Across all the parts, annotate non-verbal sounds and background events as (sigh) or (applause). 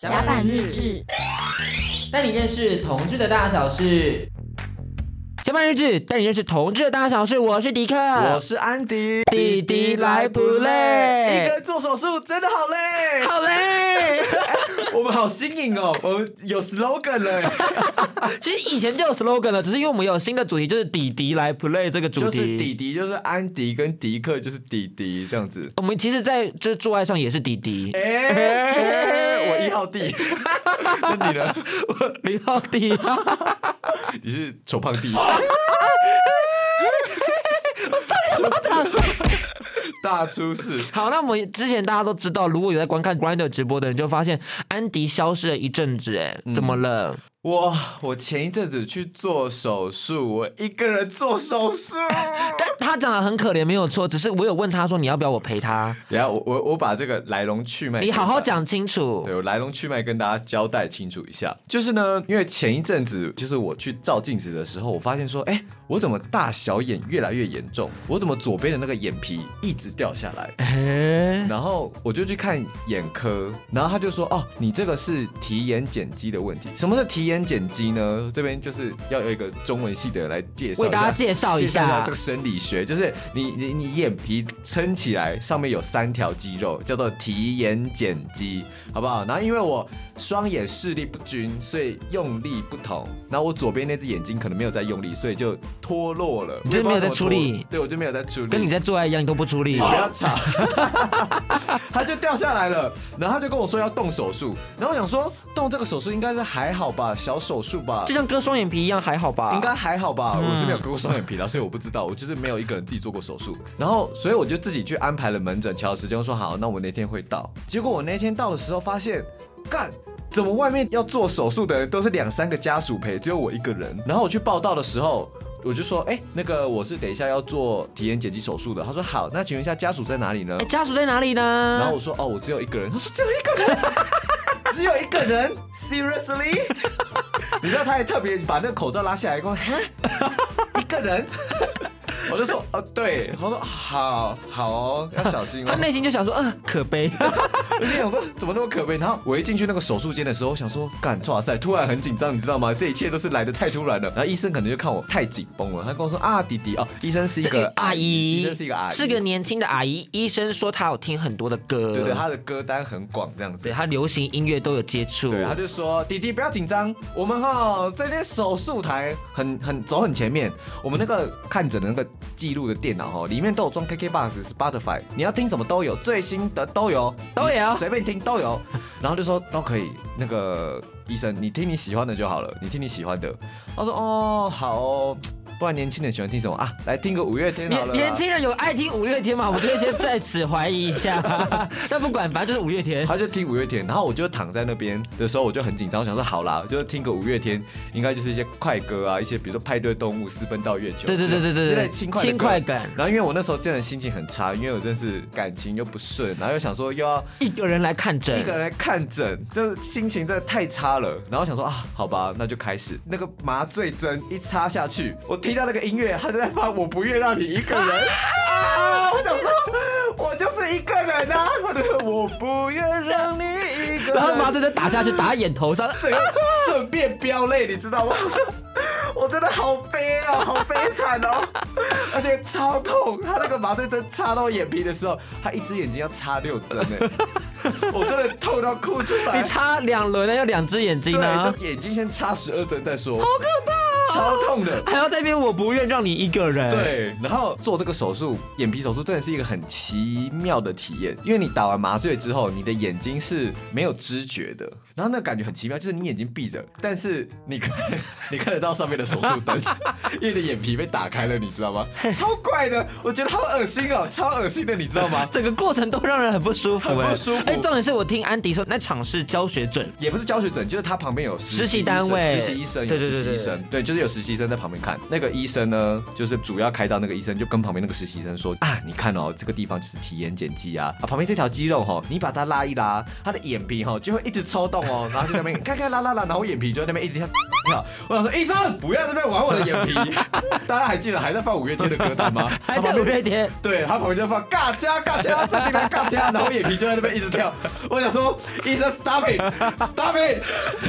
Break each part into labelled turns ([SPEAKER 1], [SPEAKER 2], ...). [SPEAKER 1] 甲板日志，
[SPEAKER 2] 带你认识同志的大小事。
[SPEAKER 3] 甲板日志带你认识同志的大小事。我是迪克，
[SPEAKER 4] 我是安迪，
[SPEAKER 3] 弟弟来不累
[SPEAKER 4] 一个人做手术真的好
[SPEAKER 3] (laughs)
[SPEAKER 4] 累，
[SPEAKER 3] 好嘞。
[SPEAKER 4] 我们好新颖哦，我们有 slogan 了，
[SPEAKER 3] 其实以前就有 slogan 了，只是因为我们有新的主题，就是弟弟来 play 这个主题。
[SPEAKER 4] 就是弟弟，就是安迪跟迪克，就是弟弟这样子。
[SPEAKER 3] 我们其实在，就是做爱上也是弟弟。
[SPEAKER 4] 哎、哎我一
[SPEAKER 3] (laughs)
[SPEAKER 4] 号弟，那你呢？
[SPEAKER 3] 零号弟，
[SPEAKER 4] 你是丑胖弟，大出事。
[SPEAKER 3] (laughs) 好，那我们之前大家都知道，如果有在观看 Grinder 直播的人，就发现安迪消失了一阵子，哎，
[SPEAKER 4] 嗯
[SPEAKER 3] 怎么了？
[SPEAKER 4] 我我前一阵子去做手术，我一个人做手术。
[SPEAKER 3] 但他长得很可怜，没有错，只是我有问他说你要不要我陪他，
[SPEAKER 4] 等一下我我我把这个来龙去脉，
[SPEAKER 3] 你好好。讲清楚
[SPEAKER 4] 对，。我来龙去脉跟大家交代清楚一下。就是呢，因为前一阵子，就是我去照镜子的时候，我发现说，哎、我怎么大小眼越来越严重？我怎么左边的那个眼皮一直掉下来？
[SPEAKER 3] 哎，
[SPEAKER 4] 然后我就去看眼科，然后他就说，哦，你这个是提眼睑肌的问题。什么是提眼睑肌呢？这边就是要有一个中文系的人来介绍一下，
[SPEAKER 3] 为大家介绍一
[SPEAKER 4] 介绍
[SPEAKER 3] 下
[SPEAKER 4] 这个生理学，就是你你你眼皮撑起来，上面有三条肌肉，叫做提眼睑肌，好不好？然后因为我双眼视力不均，所以用力不同。然后我左边那只眼睛可能没有在用力，所以就脱落了。
[SPEAKER 3] 你就是没有在出力
[SPEAKER 4] 我也不知道怎么脱对我就没有在出力，
[SPEAKER 3] 跟你在做爱一样，你都不出力
[SPEAKER 4] 你。不要吵， (laughs) 他就掉下来了，然后他就跟我说要动手术，然后我想说动这个手术应该是还好吧，小手术吧
[SPEAKER 3] 就，像割双眼皮一样，还好吧？
[SPEAKER 4] 应该还好吧，我是没有割过双眼皮的，所以我不知道，我就是没有一个人自己做过手术。然后，所以我就自己去安排了门诊，瞧时间说好，那我那天会到。结果我那天到的时候发现，干。怎么外面要做手术的人都是两三个家属陪，只有我一个人。然后我去报道的时候，我就说：“哎、那个我是等一下要做体验剪辑手术的。”他说：“好，那请问一下家属在哪里呢
[SPEAKER 3] 哎，？”家属在哪里呢？
[SPEAKER 4] 然后我说：“哦，我只有一个人。”他说：“只有一个 (laughs) 人，只有一个人，seriously？” 你知道他还特别把那个口罩拉下来，跟我哈，一个人。 (laughs) 我就说：“哦，对。”他说：“好好哦，要小心
[SPEAKER 3] 他
[SPEAKER 4] 哦。”
[SPEAKER 3] 内心就想说，嗯、可悲。
[SPEAKER 4] 而且想说怎么那么可悲。然后我一进去那个手术间的时候，我想说干，哇塞，突然很紧张，你知道吗？这一切都是来的太突然了。然后医生可能就看我太紧绷了，他跟我说啊，弟弟哦，医生是一个
[SPEAKER 3] 阿姨，
[SPEAKER 4] 医生是一个阿姨，
[SPEAKER 3] 是个年轻的阿姨。医生说她有听很多的歌，
[SPEAKER 4] 对对，他的歌单很广这样子
[SPEAKER 3] 对。她流行音乐都有接触。
[SPEAKER 4] 对，他就说：“弟弟不要紧张，我们哈这边手术台很很走很前面，我们那个看诊的那个记录的电脑哈，里面都有装 KKBox、Spotify，你要听什么都有，最新的都有，
[SPEAKER 3] 都有
[SPEAKER 4] 你随便听都有。”然后就说：“都可以，那个医生，你听你喜欢的就好了，你听你喜欢的。”他说：“哦，好哦不然年轻人喜欢听什么啊？来听个五月天好了
[SPEAKER 3] 年
[SPEAKER 4] 啦。”
[SPEAKER 3] 年轻人有爱听五月天吗？我可以先在此怀疑一下。 (laughs) 但不管，反正就是五月天。
[SPEAKER 4] 他就听五月天，然后我就躺在那边的时候，我就很紧张，我想说好啦，就是听个五月天，应该就是一些快歌啊，一些比如说派对动物私奔到月球，
[SPEAKER 3] 对对对对对对
[SPEAKER 4] 之类轻快的歌
[SPEAKER 3] 轻快感
[SPEAKER 4] 然后因为我那时候真的心情很差，因为我真是感情又不顺，然后又想说又要
[SPEAKER 3] 一个人来看诊
[SPEAKER 4] 一，个人来看诊，这心情真的太差了。然后想说啊，好吧，那就开始那个麻醉针一插下去，我听到那个音乐，他就在放《我不愿让你一
[SPEAKER 3] (laughs)
[SPEAKER 4] 个人》啊，我想说。我就是一个人啊！我的我不愿让你一个人。
[SPEAKER 3] 然后麻醉针打下去，打在眼头上。
[SPEAKER 4] 整个顺便飙泪，你知道吗？ (laughs) 我说我真的好悲哦，好悲惨哦， (laughs) 而且超痛。他那个麻醉针插到我眼皮的时候，他一只眼睛要插六针 (laughs) 呢，我真的痛到哭出来。
[SPEAKER 3] 你插两轮呢，要两只眼睛
[SPEAKER 4] 对，
[SPEAKER 3] 呢，
[SPEAKER 4] 就眼睛先插十二针再啊说，好可怕、啊超痛的。
[SPEAKER 3] 还要在那边我不愿让你一个人。，
[SPEAKER 4] 对，然后做这个手术，眼皮手术真的是一个很奇妙的体验，因为你打完麻醉之后，你的眼睛是没有知觉的，然后那个感觉很奇妙，就是你眼睛闭着，但是你看 (laughs) 你看得到上面的手术灯， (laughs) 因为你的眼皮被打开了，你知道 (laughs) 吗？超怪的，我觉得好恶心哦，超恶心的，你知道吗？
[SPEAKER 3] 整个过程都让人很不舒服，
[SPEAKER 4] 很不
[SPEAKER 3] 哎
[SPEAKER 4] 舒服
[SPEAKER 3] 哎，重点是我听安迪说，那场是教学诊，
[SPEAKER 4] 也不是教学诊，就是他旁边有
[SPEAKER 3] 实习
[SPEAKER 4] 医
[SPEAKER 3] 单
[SPEAKER 4] 生
[SPEAKER 3] 位
[SPEAKER 4] 实习医生有
[SPEAKER 3] 对对
[SPEAKER 4] 实
[SPEAKER 3] 对
[SPEAKER 4] 习
[SPEAKER 3] 对
[SPEAKER 4] 医生，对，就是有实习生在旁边看。那个医生呢，就是主要开刀那个医生就跟旁边那个实习生说啊，你看哦，这个地方就是提眼睑肌啊，啊，旁边这条肌肉哈、哦，你把它 (laughs) 拉一拉，他的眼皮哈、哦、就会一直抽动哦，然后就在那边看看拉拉拉，然后我眼皮就在那边一直像跳。我想说，医生不要在那边玩我的眼皮。 (laughs) 大家还记得还在放五月天的歌单吗？
[SPEAKER 3] (laughs) 还在五月
[SPEAKER 4] (laughs)
[SPEAKER 3] 天，
[SPEAKER 4] 对他旁边就放嘎嚓嘎嚓，这地方嘎嚓，然后眼皮就在那边一直跳。我想说，医生 stop it，stop it，
[SPEAKER 3] 医生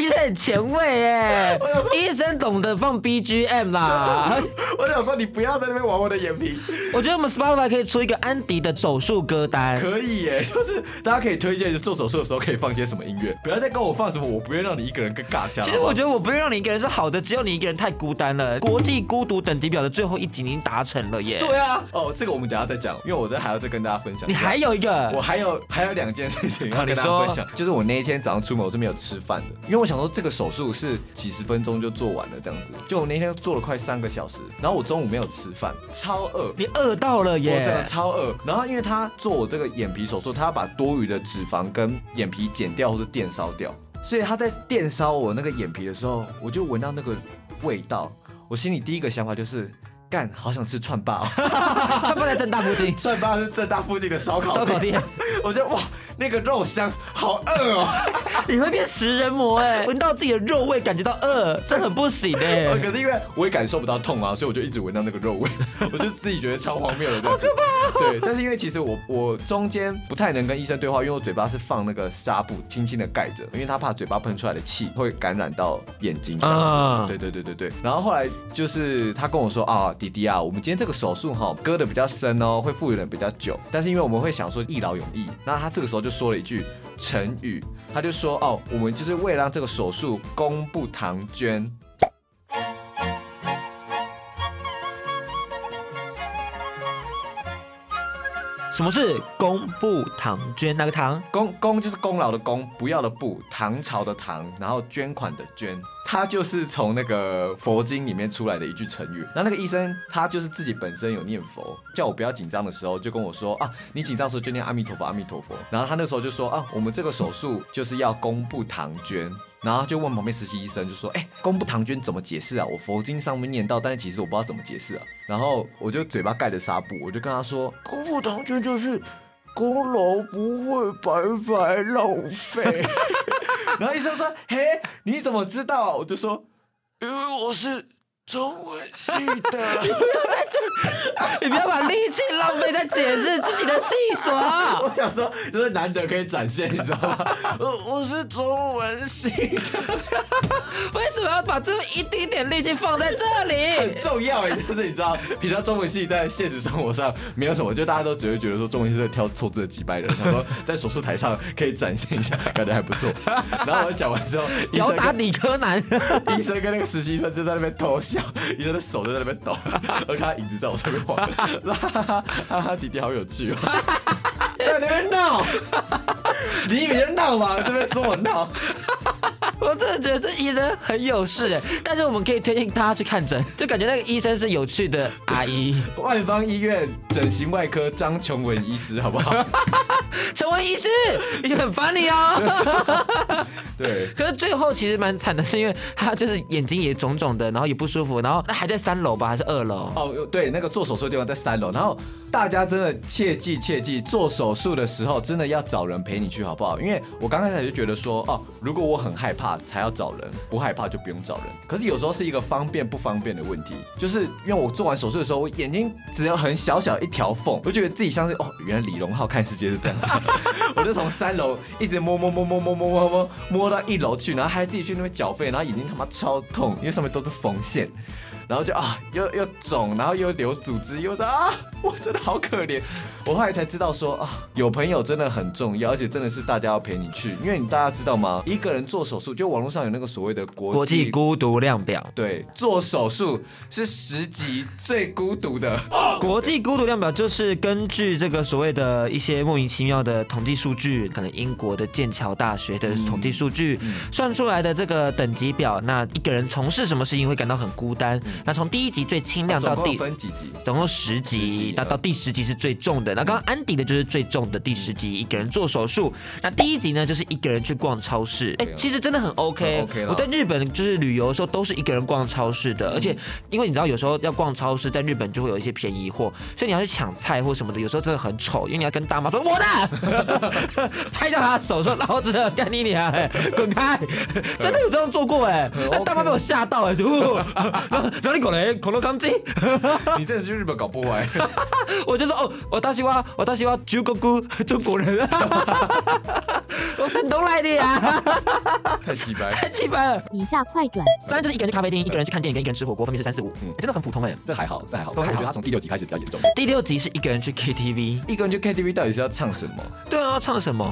[SPEAKER 3] 医生很前卫
[SPEAKER 4] (laughs)
[SPEAKER 3] 耶，医生懂得放 BGM 啦。
[SPEAKER 4] 我想说你不要在那边玩我的眼皮。
[SPEAKER 3] 我觉得我们 Spotify 可以出一个安迪的手术歌单。
[SPEAKER 4] 可以耶，就是大家可以推荐做手术的时候可以放些什么音乐，不要再跟我放什么我不愿让你一个人跟尬掐。
[SPEAKER 3] 其实我觉得我不会让你一个人是好的，只有你一个人太孤单了。国际孤独等级表的最后一集已经达成了耶。
[SPEAKER 4] 对啊，哦，这个我们等一下再讲，因为我这还要再跟大家分享。
[SPEAKER 3] 你还有一
[SPEAKER 4] (laughs) 我
[SPEAKER 3] 个，
[SPEAKER 4] 还
[SPEAKER 3] (laughs)
[SPEAKER 4] 有还有两件事情要跟大
[SPEAKER 3] 你
[SPEAKER 4] 家
[SPEAKER 3] 说
[SPEAKER 4] 分享，就是我那一天早上出门我是没有吃饭的，因为我想说这个手术是几十分钟就做完了这样子，就我那天做了快三个小时，然后我中午没有吃饭，超饿。
[SPEAKER 3] 你饿到了
[SPEAKER 4] 我真的
[SPEAKER 3] 耶。
[SPEAKER 4] 超饿，然后因为他做我这个眼皮手术，他要把多余的脂肪跟眼皮剪掉或者电烧掉，所以他在电烧我那个眼皮的时候，我就闻到那个味道，我心里第一个想法就是，干，好想吃
[SPEAKER 3] (laughs)
[SPEAKER 4] 串霸、哦，
[SPEAKER 3] 他们在正大附近
[SPEAKER 4] (laughs) 串霸是正大附近的
[SPEAKER 3] (laughs)
[SPEAKER 4] 烧烤
[SPEAKER 3] 烧烤店，
[SPEAKER 4] (laughs) 我觉得哇，那个肉香好饿 (laughs) 哦。
[SPEAKER 3] 你会变食人魔哎， (laughs) 闻到自己的肉味，感觉到饿，这很不行 (laughs) 哎。
[SPEAKER 4] 可是因为我也感受不到痛啊，所以我就一直闻到那个肉味， (laughs) 我就自己觉得超荒 (laughs) 谬的。好可怕、哦对，但是因为其实我我中间不太能跟医生对话，因为我嘴巴是放那个纱布轻轻的盖着，因为他怕嘴巴喷出来的气会感染到眼睛这样子。
[SPEAKER 3] 啊
[SPEAKER 4] 对对对对对，然后后来就是他跟我说啊，弟弟啊，我们今天这个手术哈、割的比较深哦，会复原的比较久，但是因为我们会想说一劳永逸，那他这个时候就说了一句成语，他就说哦，我们就是为了让这个手术功不唐捐。
[SPEAKER 3] 什么是公布唐捐？哪个唐？
[SPEAKER 4] 功功就是功劳的功，不要的不，唐朝的唐，然后捐款的捐，它就是从那个佛经里面出来的一句成语。那那个医生他就是自己本身有念佛，叫我不要紧张的时候，就跟我说啊，你紧张的时候就念阿弥陀佛，阿弥陀佛。然后他那时候就说啊，我们这个手术就是要公布唐捐。然后就问旁边实习医生，就说：“哎、公布唐捐怎么解释啊？我佛经上面念到，但是其实我不知道怎么解释啊。”然后我就嘴巴盖着纱布，我就跟他说：“ (laughs) 公布唐捐就是功劳不会白白浪费。然后医生说：“嘿，你怎么知道啊？”我就说：“因为我是中文系的。 (laughs)
[SPEAKER 3] 你不要把力气浪费在解释自己的细琐”
[SPEAKER 4] 我想说，就是难得可以展现，你知道吗？我我是中文系的，
[SPEAKER 3] 为什么要把这么一丁点力气放在这
[SPEAKER 4] 很
[SPEAKER 3] 里？
[SPEAKER 4] 重要哎。就是你知道，平常中文系在现实生活上没有什么，就大家都只会觉得说中文系在挑错字的几百人。他说在手术台上可以展现一下，感觉还不错。然后我讲完之后，医
[SPEAKER 3] 吊
[SPEAKER 4] 生
[SPEAKER 3] 打
[SPEAKER 4] 跟
[SPEAKER 3] 理科男，
[SPEAKER 4] (laughs) 医生跟那个实习生就在那边偷笑，医生的手就在那边抖，而他影子在我上面晃， (laughs) 哈哈哈哈，弟弟好有趣哦，在那边闹，你以为在闹吗？这边说我闹，
[SPEAKER 3] (laughs) 我真的觉得这医生很有事哎。但是我们可以推荐大家去看诊，就感觉那个医生是有趣的阿 (laughs) 姨。
[SPEAKER 4] 万方医院整形外科张琼文医师，好不好？
[SPEAKER 3] 成为医师也很烦你 (laughs) 哦。
[SPEAKER 4] 对。
[SPEAKER 3] 可是最后其实蛮惨的，是因为他就是眼睛也肿肿的，然后也不舒服，然后那还在三楼吧，还是二楼？
[SPEAKER 4] 哦，对，那个做手术的地方在三楼，然后大家真的切记切记，做手术的时候真的要找人陪你去，好不好？因为我刚开始就觉得说，哦，如果我很害怕才要找人，不害怕就不用找人。可是有时候是一个方便不方便的问题，就是因为我做完手术的时候，我眼睛只有很小小一条缝，我就觉得自己像是哦，原来李荣浩看世界是这样子， (laughs) 我就从三楼一直摸摸摸摸摸摸摸摸摸到一楼去，然后还自己去那边缴费，然后眼睛他妈超痛，因为上面都是缝线。然后就啊，又又肿，然后又流组织，又说啊，我真的好可怜。我后来才知道说啊，有朋友真的很重要，而且真的是大家要陪你去，因为你大家知道吗？一个人做手术，就网络上有那个所谓的国
[SPEAKER 3] 国际孤独量表，
[SPEAKER 4] 对，做手术是十级最孤独的。
[SPEAKER 3] 国际孤独量表就是根据这个所谓的一些莫名其妙的统计数据，可能英国的剑桥大学的统
[SPEAKER 4] 嗯
[SPEAKER 3] 计数据算出来的这个等级表。那一个人从事什么事情会感到很孤单，那从第一集最轻量到
[SPEAKER 4] 嗯总共
[SPEAKER 3] 第
[SPEAKER 4] 有分几集？
[SPEAKER 3] 总共十
[SPEAKER 4] 十
[SPEAKER 3] 集
[SPEAKER 4] 集，
[SPEAKER 3] 那到第十集是最重的。那刚刚安迪的就是最重的第十集，一个人做手术。那第一集呢，就是一个人去逛超市。哎、
[SPEAKER 4] 对啊
[SPEAKER 3] 其实真的很 OK。
[SPEAKER 4] 很 OK 啦嗯
[SPEAKER 3] 我在日本就是旅游的时候，都是一个人逛超市的。而且，因为你知道，有时候要逛超市，在日本就会有一些便宜货，所以你要去抢菜或什么的，有时候真的很丑，因为你要跟大妈说我的， (laughs) 拍到他的手说老子的，干你娘、欸，滚开！ (laughs) 真的有这样做过哎、
[SPEAKER 4] 很
[SPEAKER 3] 那大妈
[SPEAKER 4] 嗯 OK
[SPEAKER 3] 被我吓到哎、就，哦然后然后你狗嘞，恐龙钢筋。
[SPEAKER 4] 你真的去日本搞不
[SPEAKER 3] (laughs)
[SPEAKER 4] 完，
[SPEAKER 3] 我就说哦，我大西瓜，我大西瓜，中国姑， (laughs) 中国人啊，我山东来的呀，
[SPEAKER 4] 太鸡掰，
[SPEAKER 3] 太 (laughs) 气愤了。
[SPEAKER 1] 以下快转。
[SPEAKER 3] 当然就是一个人去咖啡厅，一个人去看电影，跟一个人吃火锅，分别是三四五，
[SPEAKER 4] 嗯
[SPEAKER 3] 欸真的很普通哎。
[SPEAKER 4] 这还好，这还好。
[SPEAKER 3] 都
[SPEAKER 4] 但
[SPEAKER 3] 还好
[SPEAKER 4] 我觉得他从第六集开始比较严重。
[SPEAKER 3] 第六集是一个人去 KTV，
[SPEAKER 4] 一个人去 KTV 到底是要唱什么？
[SPEAKER 3] 对啊，唱什
[SPEAKER 4] 嗯
[SPEAKER 3] 么？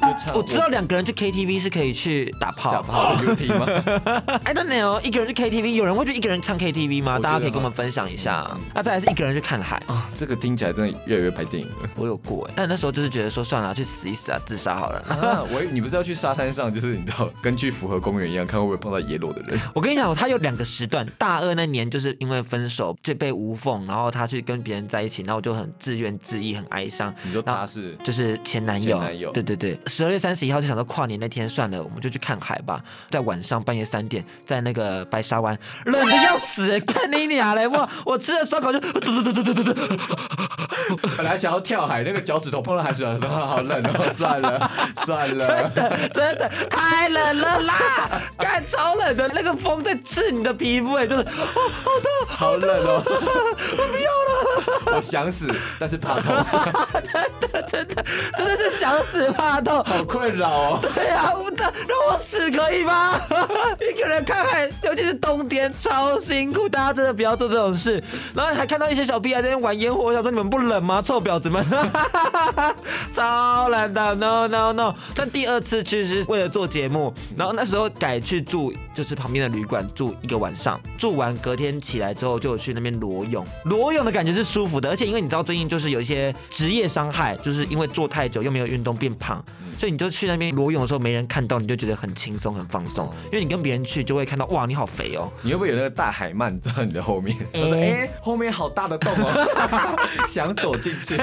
[SPEAKER 4] 就唱
[SPEAKER 3] 我知道两个人去 KTV 是可以去打
[SPEAKER 4] 假
[SPEAKER 3] 炮。
[SPEAKER 4] 嗯炮的 UT 吗？ (laughs)
[SPEAKER 3] I don't know，一个人去 KTV，有人会去一个人唱 KTV 吗？
[SPEAKER 4] 我觉得嗯
[SPEAKER 3] 大家可以跟我们分享一下。那再来是一个人去看海，
[SPEAKER 4] 啊，这个听起来真的越来越拍电影了。
[SPEAKER 3] 我有过哎，但那时候就是觉得说算了，去死一死啊，自杀好了。
[SPEAKER 4] 啊，我你不是要去沙滩上，就是你知道，跟去符合公园一样，看会不会碰到野裸的 (laughs) 人？
[SPEAKER 3] 我跟你讲，他有两个时段。大二那年就是因为分手就被无缝，然后他去跟别人在一起，然后我就很自怨自艾，很哀伤。
[SPEAKER 4] 你说
[SPEAKER 3] 然
[SPEAKER 4] 他
[SPEAKER 3] 后
[SPEAKER 4] 是
[SPEAKER 3] 就是前男友，
[SPEAKER 4] 前男友
[SPEAKER 3] 对对对。十二月三十一号就想到跨年那天算了，我们就去看海吧。在晚上半夜三点，在那个白沙湾，冷的要死，看你俩嘞！我我吃了烧烤就嘟嘟嘟嘟嘟嘟嘟，
[SPEAKER 4] 本来想要跳海，那个脚趾头碰到海水，说啊好冷哦，算了算 (laughs) 了。
[SPEAKER 3] 真的太冷了
[SPEAKER 4] (laughs)
[SPEAKER 3] 啦，干超冷的，那个风在刺你的皮肤，哎，就是
[SPEAKER 4] 好冷哦！我不要了，我想死，但是怕痛，
[SPEAKER 3] 真的真的是想死怕痛。
[SPEAKER 4] (laughs) 好困扰哦。
[SPEAKER 3] 对呀、啊，我的让我死可以吗？ (laughs) 一个人看海，尤其是冬天，超辛苦，大家真的不要做这种事。然后还看到一些小屁孩在那边玩烟火，我想说你们不冷吗？臭婊子们，超冷的，no no no。但第二次去是为了做节目，然后那时候改去住就是旁边的旅馆住一个晚上，住完隔天起来之后就有去那边裸泳，裸泳的感觉是舒服的，而且因为你知道最近就是有一些职业伤害，就是因为坐太久又没有运动变胖，所以你就去那边裸泳的时候没人看到，你就觉得很轻松很放松，因为你跟别人去就会看到哇你好肥哦， (laughs)
[SPEAKER 4] 你会不会有那个大海鳗在你的后 (laughs) 面？他说：“哎、后面好大的洞 (laughs) 哦，想躲进去。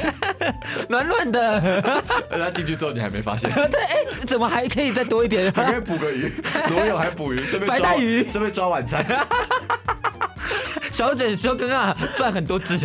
[SPEAKER 3] 暖暖的，” (laughs)
[SPEAKER 4] 他进去之后你还没 (laughs) 发现，
[SPEAKER 3] 对，哎、怎么还可以再多一点？ (laughs)
[SPEAKER 4] 还可以捕个鱼，裸泳还捕鱼，顺便抓
[SPEAKER 3] 白带鱼
[SPEAKER 4] 顺便抓晚餐。
[SPEAKER 3] 小卷修刚啊，赚很多只，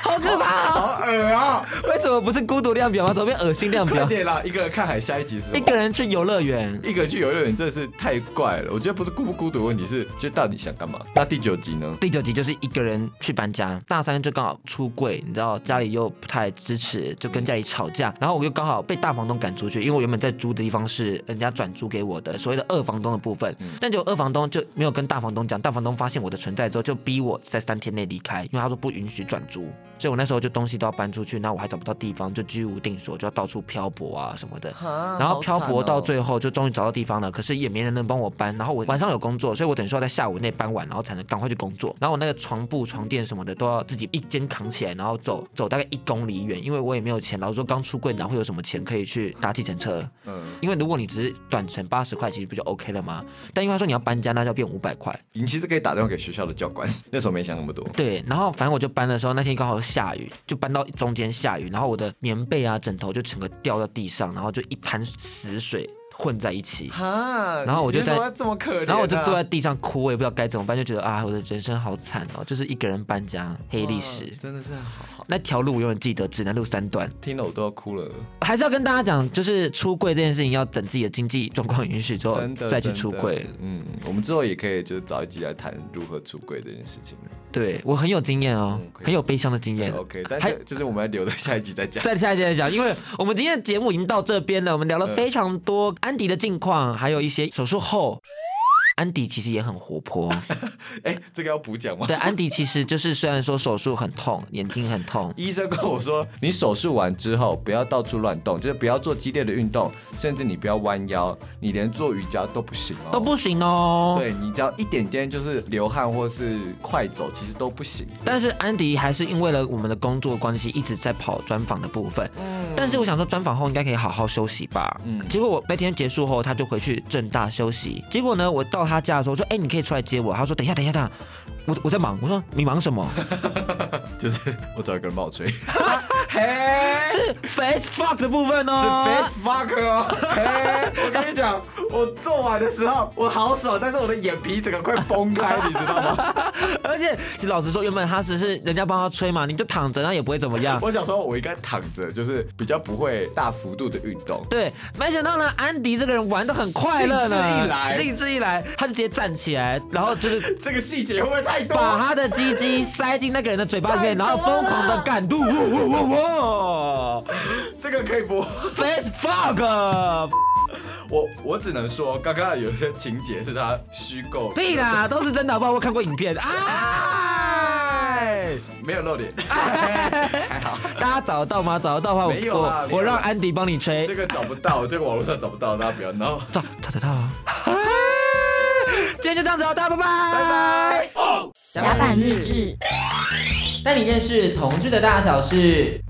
[SPEAKER 3] 好可怕、哦！
[SPEAKER 4] 好恶啊！
[SPEAKER 3] 为什么不是孤独量表吗？怎么变恶心量
[SPEAKER 4] 快
[SPEAKER 3] 表？
[SPEAKER 4] 点啦，一个人看海，下一集是什
[SPEAKER 3] 一
[SPEAKER 4] 么？
[SPEAKER 3] 个人去游乐园，
[SPEAKER 4] 一个人去游乐园真的是太怪了，我觉得不是孤不孤独的问题，是就到底想干嘛？那第九集呢？
[SPEAKER 3] 第九集就是一个人去搬家，大三就刚好出柜，你知道家里又不太支持，就跟家里吵架，然后我又刚好被大房东赶出去，因为我原本在租的地方是人家转租给我的，所谓的二房东的部分，
[SPEAKER 4] 嗯
[SPEAKER 3] 但结果二房东就没有跟大房东讲，大房东发现我的存在之后，就逼我在三天内离开，因为他说不允许转租，所以我那时候就东西都要搬出去，那我还找不到地方，就居无定所，就要到处漂泊啊什么的，然后漂泊到最后就终于找到地方了，可是也没人能帮我搬。然后我晚上有工作，所以我等于说要在下午内搬完，然后才能赶快去工作。然后我那个床布、床垫什么的都要自己一肩扛起来，然后走走大概一公里远，因为我也没有钱。老实说，刚出柜哪会有什么钱可以去搭计程车？
[SPEAKER 4] 嗯，
[SPEAKER 3] 因为如果你只是短程八十块，其实不就 OK 了吗？但因为他说你要搬家，那就要变五百块。
[SPEAKER 4] 你其实可以打电话给学校的教官， (laughs) 那时候没想那么多。
[SPEAKER 3] 对，然后反正我就搬的时候，那天刚好下雨，就搬到中间下雨，然后我的棉被啊、枕头就整个掉到地上，然后就一滩死水混在一起。
[SPEAKER 4] 哈，
[SPEAKER 3] 然后我就
[SPEAKER 4] 你为什么
[SPEAKER 3] 在
[SPEAKER 4] 要这么可怜啊、
[SPEAKER 3] 然后我就坐在地上哭，我也不知道该怎么办，就觉得啊，我的人生好惨哦，就是一个人搬家，黑历史
[SPEAKER 4] 哇。真的是好嗯好，
[SPEAKER 3] 那条路我永远记得，指南路三段。
[SPEAKER 4] 听了我都要哭了。
[SPEAKER 3] 还是要跟大家讲，就是出柜这件事情，要等自己的经济状况允许之后
[SPEAKER 4] 真的
[SPEAKER 3] 哦再去
[SPEAKER 4] 真的
[SPEAKER 3] 出柜。
[SPEAKER 4] 嗯，我们之后也可以就是找一集来谈如何出柜这件事情。
[SPEAKER 3] 对我很有经验哦
[SPEAKER 4] 嗯，可以
[SPEAKER 3] 很有悲伤的经验。
[SPEAKER 4] OK，但
[SPEAKER 3] 还
[SPEAKER 4] 是就是我们要留到下一集再讲。
[SPEAKER 3] 再下一节再讲，因为我们今天的节目已经到这边了，我们聊了
[SPEAKER 4] 嗯
[SPEAKER 3] 非常多安迪的近况，还有一些手术后。安迪其实也很活泼，
[SPEAKER 4] (laughs) 哎、这个要补讲吗？
[SPEAKER 3] 对，安迪其实就是虽然说手术很痛，眼睛很痛，
[SPEAKER 4] 医生跟我说，你手术完之后不要到处乱动，就是不要做激烈的运动，甚至你不要弯腰，你连做瑜伽都不行哦。
[SPEAKER 3] 都不行哦。
[SPEAKER 4] 对你只要一点点就是流汗或是快走，其实都不行。
[SPEAKER 3] 但是安迪还是因为了我们的工作关系，一直在跑专访的部分。但是我想说，专访后应该可以好好休息吧。
[SPEAKER 4] 嗯
[SPEAKER 3] 结果我那天结束后，他就回去正大休息。结果呢，我到他家的时候说，哎、你可以出来接我。他说，等一下，等一下，等一下，我我在忙。我说你忙什
[SPEAKER 4] (laughs)
[SPEAKER 3] 么？
[SPEAKER 4] 就是我找一个人帮我吹，是
[SPEAKER 3] 是 face fuck 的部分哦
[SPEAKER 4] (laughs) face。fuck 哦。
[SPEAKER 2] 嘿我跟你讲，我做完的时候我好爽，但是我的眼皮整个快崩开，你知道吗？
[SPEAKER 3] (laughs) (laughs) 而且其实老实说，原本他只是人家帮他吹嘛，你就躺着，那也不会怎么
[SPEAKER 4] (laughs)
[SPEAKER 3] 样。
[SPEAKER 4] 我想说，我应该躺着，就是比较不会大幅度的运动。
[SPEAKER 3] 对，没想到呢，安迪这个人玩的很快乐呢，
[SPEAKER 4] 兴致一来
[SPEAKER 3] 兴致一来，他就直接站起来，然后就是
[SPEAKER 4] 这个细节会不会太多？
[SPEAKER 3] 把他的鸡鸡塞进那个人的嘴巴里面，
[SPEAKER 4] 太
[SPEAKER 3] 然
[SPEAKER 4] 多
[SPEAKER 3] 后疯狂的
[SPEAKER 4] 了
[SPEAKER 3] 感度，哇哇哇
[SPEAKER 4] 这个可以播。
[SPEAKER 3] ，face fuck，
[SPEAKER 4] 我我只能说，刚刚有些情节是他虚构，
[SPEAKER 3] 屁啦，都是真的，好不好？我看过影片啊。
[SPEAKER 4] 没有露脸。
[SPEAKER 3] 大家找得到吗？找得到的话，
[SPEAKER 4] 没有
[SPEAKER 3] 我
[SPEAKER 4] 啦没
[SPEAKER 3] 我
[SPEAKER 4] 有
[SPEAKER 3] 我让
[SPEAKER 4] 啦
[SPEAKER 3] 安迪帮你吹
[SPEAKER 4] 这，个找不到，这个网络上找不到，大家不要闹。
[SPEAKER 3] 找找
[SPEAKER 4] (laughs)
[SPEAKER 3] 得到啊。今天就这样子哦，大家拜拜，拜拜。
[SPEAKER 1] 甲板日志。
[SPEAKER 2] 带你认识同志的大小事。